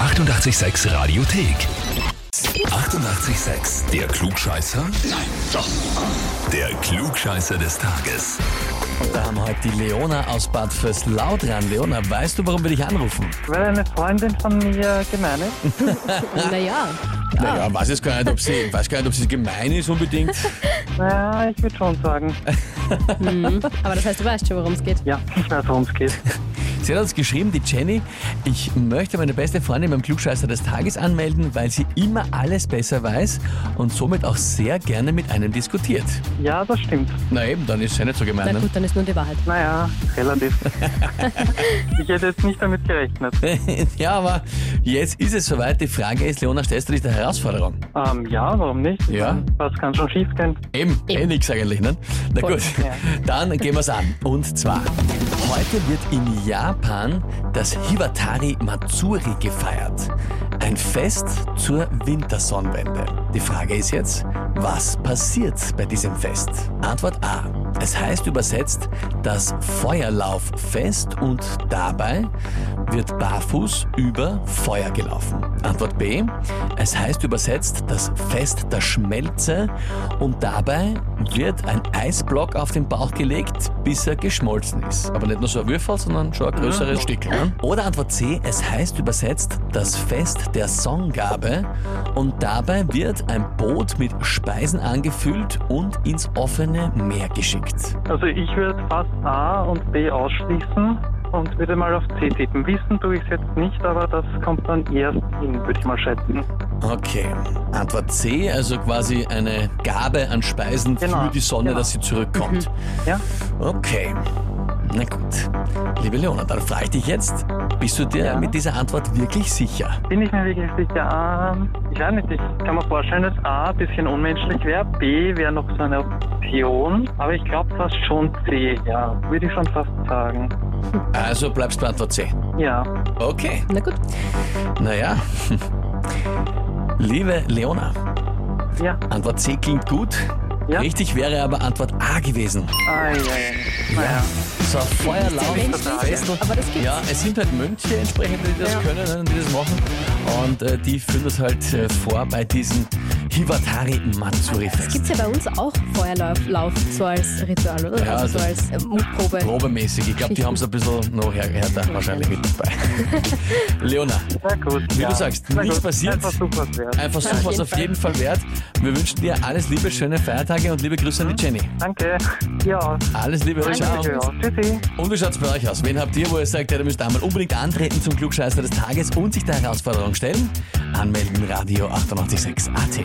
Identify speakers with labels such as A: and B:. A: 886 Radiothek. 88,6. Der Klugscheißer? Nein, doch. Der Klugscheißer des Tages.
B: Und da haben wir heute die Leona aus Bad Vöslau dran. Leona, weißt du, warum wir dich anrufen?
C: Weil eine Freundin von mir gemein ist.
D: Naja,
B: Naja, weiß jetzt gar nicht, ob sie, weiß gar nicht, ob sie gemein ist unbedingt.
C: Naja, ich würde schon sagen.
D: aber das heißt, du weißt schon, worum es geht.
C: Ja, ich weiß, worum es geht.
B: Sie hat uns geschrieben, die Jenny, ich möchte meine beste Freundin beim Klugscheißer des Tages anmelden, weil sie immer alles besser weiß und somit auch sehr gerne mit einem diskutiert.
C: Ja, das stimmt.
B: Na eben, dann ist sie nicht so gemein.
D: Na
B: Ne?
D: gut, dann ist nur die Wahrheit.
C: Naja, relativ. ich hätte jetzt nicht damit gerechnet.
B: ja, aber jetzt ist es soweit. Die Frage ist, Leona, stellst du dich der Herausforderung?
C: Ähm, ja, warum nicht?
B: Ja.
C: Was kann schon schief gehen?
B: Eben, eh nix eigentlich, ne? Na
D: Voll.
B: gut,
C: Ja.
B: dann gehen wir's an. Und zwar, heute wird in Japan das Hiwatari Matsuri gefeiert. Ein Fest zur Wintersonnenwende. Die Frage ist jetzt, was passiert bei diesem Fest? Antwort A. Es heißt übersetzt das Feuerlauffest und dabei wird barfuß über Feuer gelaufen. Antwort B. Es heißt übersetzt das Fest der Schmelze und dabei wird ein Eisblock auf den Bauch gelegt, bis er geschmolzen ist. Aber nicht nur so ein Würfel, sondern schon ein größeres Stück. Ne? Oder Antwort C. Es heißt übersetzt das Fest der Songgabe und dabei wird ein Boot mit Speisen angefüllt und ins offene Meer geschickt.
C: Also ich würde fast A und B ausschließen und würde mal auf C tippen. Wissen tue ich es jetzt nicht, aber das kommt dann erst hin, würde ich mal schätzen.
B: Okay, Antwort C, also quasi eine Gabe an Speisen
C: Genau,
B: für die Sonne,
C: genau.
B: dass sie zurückkommt.
C: Ja?
B: Okay, na gut. Liebe Leona, dann frage ich dich jetzt, bist du dir
C: Ja.
B: mit dieser Antwort wirklich sicher?
C: Bin ich mir wirklich sicher? Ähm, ich weiß nicht, ich kann mir vorstellen, dass A ein bisschen unmenschlich wäre, B wäre noch so eine Option, aber ich glaube fast schon C, ja, würde ich schon fast sagen.
B: Also bleibst bei Antwort C.
C: Ja,
B: Okay,
D: Na gut,
B: naja. Liebe Leona,
C: ja,
B: Antwort C klingt gut.
C: Ja.
B: Richtig wäre aber Antwort A gewesen.
C: ah, ja, ja. Naja,
B: So ein Feuerlauf.
C: Mensch,
B: Fest und-
D: aber das gibt's.
B: Ja, es sind halt Mönche entsprechend, die das können und die das machen. Und äh, die führen das halt äh, vor bei diesem Hivatari Matsuri
D: es
B: Fest.
D: gibt ja bei uns auch Feuerlauf Lauf, so als Ritual, oder?
B: Ja,
D: also so
B: das-
D: als äh, Mutprobe.
B: Probemäßig. Ich glaube, die haben es ein bisschen noch her härter wahrscheinlich mit dabei. Leona,
C: na gut.
B: Wie
C: ja.
B: du sagst,
C: Na
B: nichts
C: gut,
B: passiert. Äh.
C: Einfach super wert.
B: ein Versuch
D: Ja,
B: war
D: auf
B: es
D: jeden
B: auf jeden Fall wert. Wir wünschen dir alles Liebe, schöne Feiertage und liebe Grüße an die Jenny.
C: Danke. Ja,
B: Alles Liebe, ciao.
C: danke. Ja. Tschüssi.
B: Und wie schaut's bei euch aus? Wen habt ihr, wo ihr sagt, ja, ihr müsst einmal unbedingt antreten zum Klugscheißer des Tages und sich der Herausforderung stellen? Anmelden Radio 886 AT.